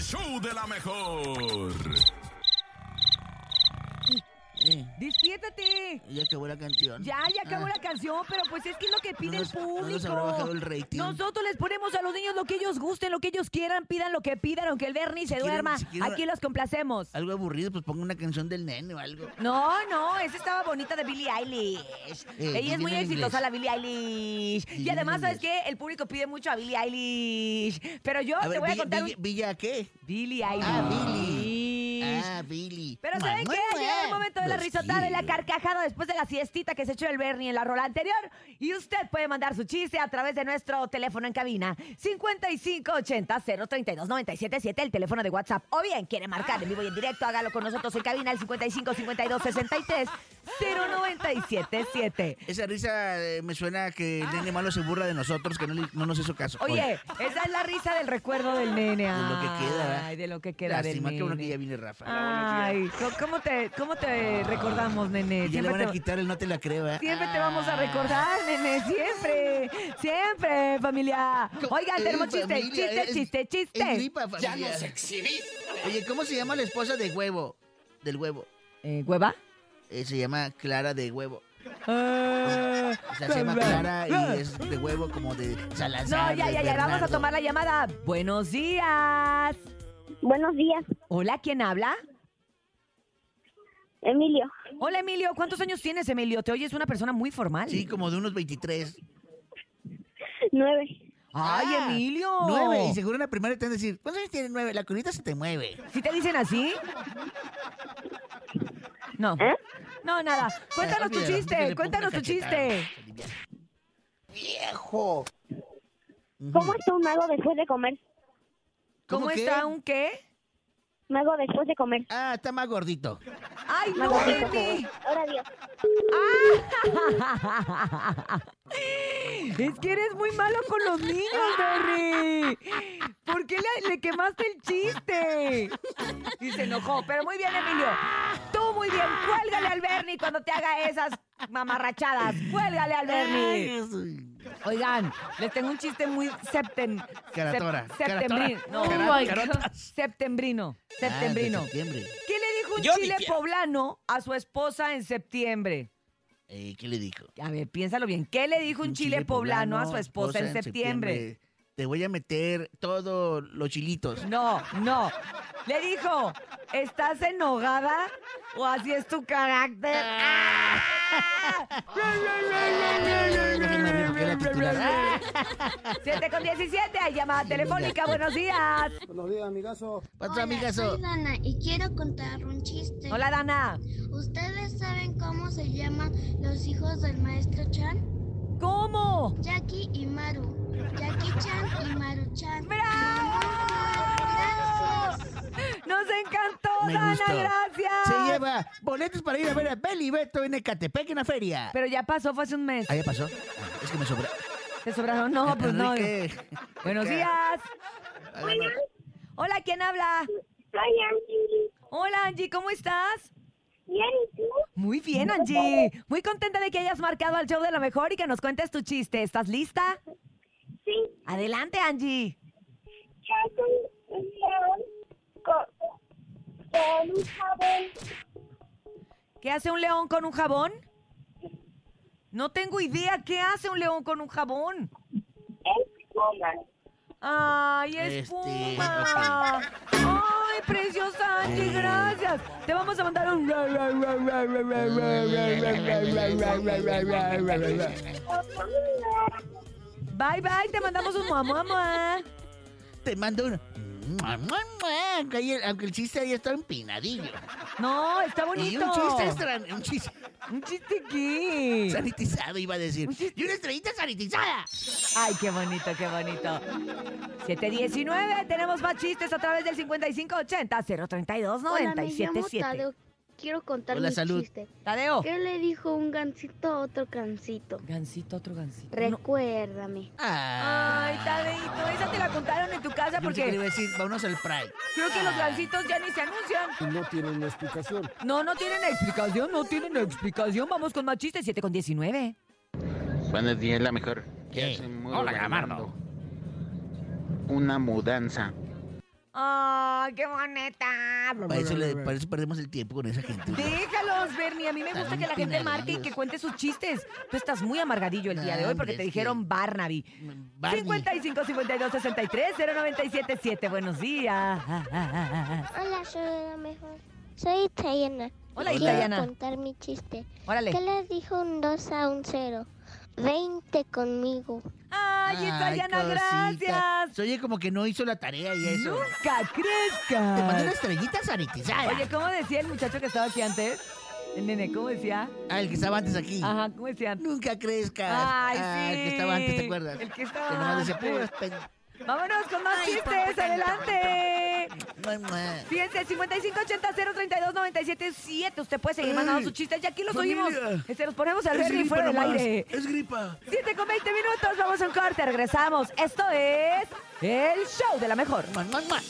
show de la mejor. Eh, Despiértate. ya acabó la canción. Ya, ya acabó Ah, la canción, pero pues es que es lo que pide No nos- el no público. nos habrá bajado el rating. Nosotros les ponemos a los niños lo que ellos gusten, lo que ellos quieran, pidan lo que pidan, aunque el Bernie se quieren- duerma. si quieren- Aquí los complacemos. Algo aburrido, pues ponga una canción del nene o algo. No, no, esa estaba bonita de Billie Eilish. Eh, Ella es dile muy en exitosa, inglés. la Billie Eilish. Y Dile en además, ¿sabes inglés. qué? El público pide mucho a Billie Eilish. Pero yo te voy a Villa, contar Villa- un... Villa qué? Billie Eilish. Ah, Billie. Ah, Billy. Pero ¿saben qué? Llega el momento de la risotada y la carcajada después de la siestita que se echó el Bernie en la rola anterior. Y usted puede mandar su chiste a través de nuestro teléfono en cabina. 5580-032-977, el teléfono de WhatsApp. O bien, quiere marcar en vivo y en directo, hágalo con nosotros en cabina al 5552-63-0977. Esa risa eh, me suena a que el nene malo se burla de nosotros, que no, le- no nos hizo caso. Ah. Oye, esa es la risa del recuerdo del nene. De lo que queda, ¿verdad? Ay, de lo que queda del Lástima, qué bueno que nene. ya Ah, viene Rafa. Ay, ¿cómo te, cómo te recordamos, nene? Y ya le Siempre van a te- quitar el no te la creo, ¿eh? Siempre te vamos a recordar, nene, siempre, siempre, familia. Oigan, Eh, tenemos chiste, familia, chiste, es- chiste, es chiste. gripa, familia. Oye, ¿cómo se llama la esposa de huevo? Del huevo. Eh, ¿Hueva? Eh, se llama Clara de huevo. Ah, O sea, se llama Clara y es de huevo como de No, Salazar. ya, de ya, ya, vamos a Bernardo. tomar la llamada. Buenos días. Buenos días, Hola, ¿quién habla? Emilio. Hola, Emilio. ¿Cuántos años tienes, Emilio? Te oyes una persona muy formal. Sí, como de unos 23. Nueve. Ay, Ah, Emilio. Nueve. Y seguro en la primaria te van a decir, ¿cuántos años tiene nueve? La curita se te mueve. ¿Sí te dicen así? No. ¿Eh? No, nada. Cuéntanos tu Olvídalo, déjale, chiste, pongo cuéntanos una tu chiste. cachetada. Viejo. Ujú. ¿Cómo está un mago después de comer? ¿Cómo qué? está un qué? Mago después de comer. Ah, está más gordito. ¡Ay, no, Mago después de Nene! comer. Ahora Dios. Es que eres muy malo con los niños, Berry. ¿Por qué le, le quemaste el chiste? Y se enojó. Pero muy bien, Emilio. Tú muy bien. Cuélgale al Bernie cuando te haga esas mamarrachadas. Cuélgale Ay, al Bernie. eso. Oigan, les tengo un chiste muy septem... Caratora, sep- caratora. septembrino. No, Cara- my God. carotas. Septembrino. Ah, Septembrino. de septiembre. ¿Qué le dijo un Yo chile difiero. poblano a su esposa en septiembre? Eh, ¿Qué le dijo? A ver, piénsalo bien. ¿Qué le dijo un, chile, poblano, a su esposa en septiembre? septiembre, Te voy a meter todos los chilitos. No, no. Le dijo, ¿estás enojada o así es tu carácter? Déjenme ver porque era titular. Ah, 7 con 17, hay llamada telefónica, buenos días. Buenos días, amigazo. Otro Hola, amigazo. soy Dana y quiero contar un chiste. Hola, Dana. ¿Ustedes saben cómo se llaman los hijos del maestro Chan? ¿Cómo? Jackie y Maru. Jackie Chan y Maru Chan. ¡Bravo! Gracias. Nos encantó, Me Dana, gustó. gracias. Se lleva boletos para ir a ver a Beli Beto en Ecatepec en la feria. Pero ya pasó, fue hace un mes. Ah, ya pasó. Ah, Es que me sobra. ¿Te sobraron? No, pues no. Enrique. Buenos días. Háganlo. Hola, ¿quién habla? Soy Angie. Hola, Angie, ¿cómo estás? Bien, ¿y tú? Muy bien, Angie. Muy contenta de que hayas marcado al show de lo mejor y que nos cuentes tu chiste. ¿Estás lista? Sí. Adelante, Angie. Es un león con, con un jabón. ¿Qué hace un león con un jabón? No tengo idea. ¿Qué hace un león con un jabón? Es goma. ¡Ay, Este, espuma! ¡Ay, preciosa Angie, gracias! Te vamos a mandar un... Bye, bye, te mandamos un mamá, mamá. Te mando un. Mua, mua, mua. Aunque ahí- aunque el chiste ahí está empinadillo. No, está bonito. Y un chiste extra, un chiste Un chiste aquí. sanitizado iba a decir. Un chiste. Y una estrellita sanitizada. Ay, qué bonito, qué bonito. 719, tenemos más chistes a través del 5580 032 Hola, me llamo 977. Tadeo. Quiero contar Hola, mi salud. chiste. Tadeo. ¿Qué le dijo un gancito a otro gancito? Gancito, otro gancito. No. Recuérdame. Ay, Tadeito, esa te la contaron en tu casa Ah, Yo pensé que le iba a porque decir, vámonos al Pride. creo que los gancitos ya ni se anuncian. Ah. Y no tienen explicación. No, no tienen explicación, no tienen explicación. Vamos con más chistes, 7 con 19. Buenos días, la mejor. Eh, hace muy hola, Gamardo. Una mudanza. Ay, ¡Ay, qué bonita! Para eso, le- para eso perdemos el tiempo con esa gente. Déjalos, Bernie. A mí me gusta que la gente marque y que cuente sus chistes. Tú estás muy amargadillo el Ah, día de hoy porque te dijeron Barnaby. Barney. 55 52 63 0977. Buenos días. Hola, soy la mejor. Soy Tayana. Hola, Quiero Itayana. contar mi chiste. Órale. ¿Qué le dijo un 2 a un 0? 20 conmigo. Ay, Itayana, cosita. gracias. Se oye como que no hizo la tarea y eso. Nunca Te mando una crezcas. estrellita sanitizada. Oye, ¿cómo decía el muchacho que estaba aquí antes? El nene, ¿cómo decía? Ah, el que estaba antes aquí. Ajá, ¿cómo decía? Nunca crezcas. Ay, Ah, El que sí. estaba antes, ¿te acuerdas? El que estaba nomás decía, antes. puras pen- Vámonos con más Ay, chistes. papá, Adelante. Mua, mua. Fíjense, 5580-032-977. Usted puede seguir mandando Ay, sus chistes. Ya aquí los familia. oímos. Se los ponemos al ver y fuera del aire. Es gripa. 7 con 20 minutos. Vamos a un corte. Regresamos. Esto es. El show de la mejor. Mua, mua, mua.